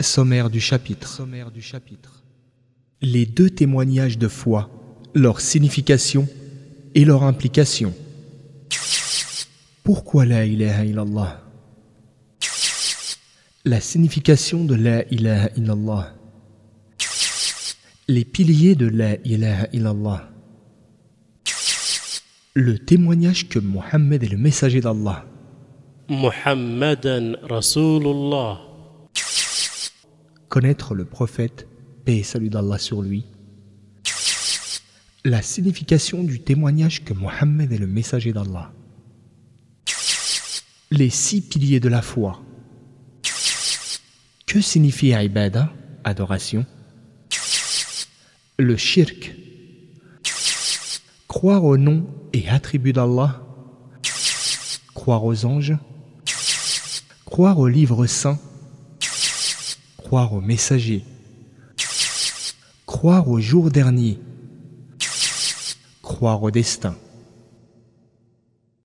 Sommaire du chapitre. Les deux témoignages de foi, leur signification et leur implication. Pourquoi la ilaha illallah La signification de la ilaha illallah. Les piliers de la ilaha illallah. Le témoignage que Mohammed est le messager d'Allah. محمدا رسول الله connaître le prophète, paix et salut d'Allah sur lui. La signification du témoignage que Mohammed est le messager d'Allah. Les six piliers de la foi. Que signifie ibada, adoration Le shirk. Croire au nom et attributs d'Allah. Croire aux anges. Croire au livre saint croire aux messagers, croire au jour dernier, croire au destin.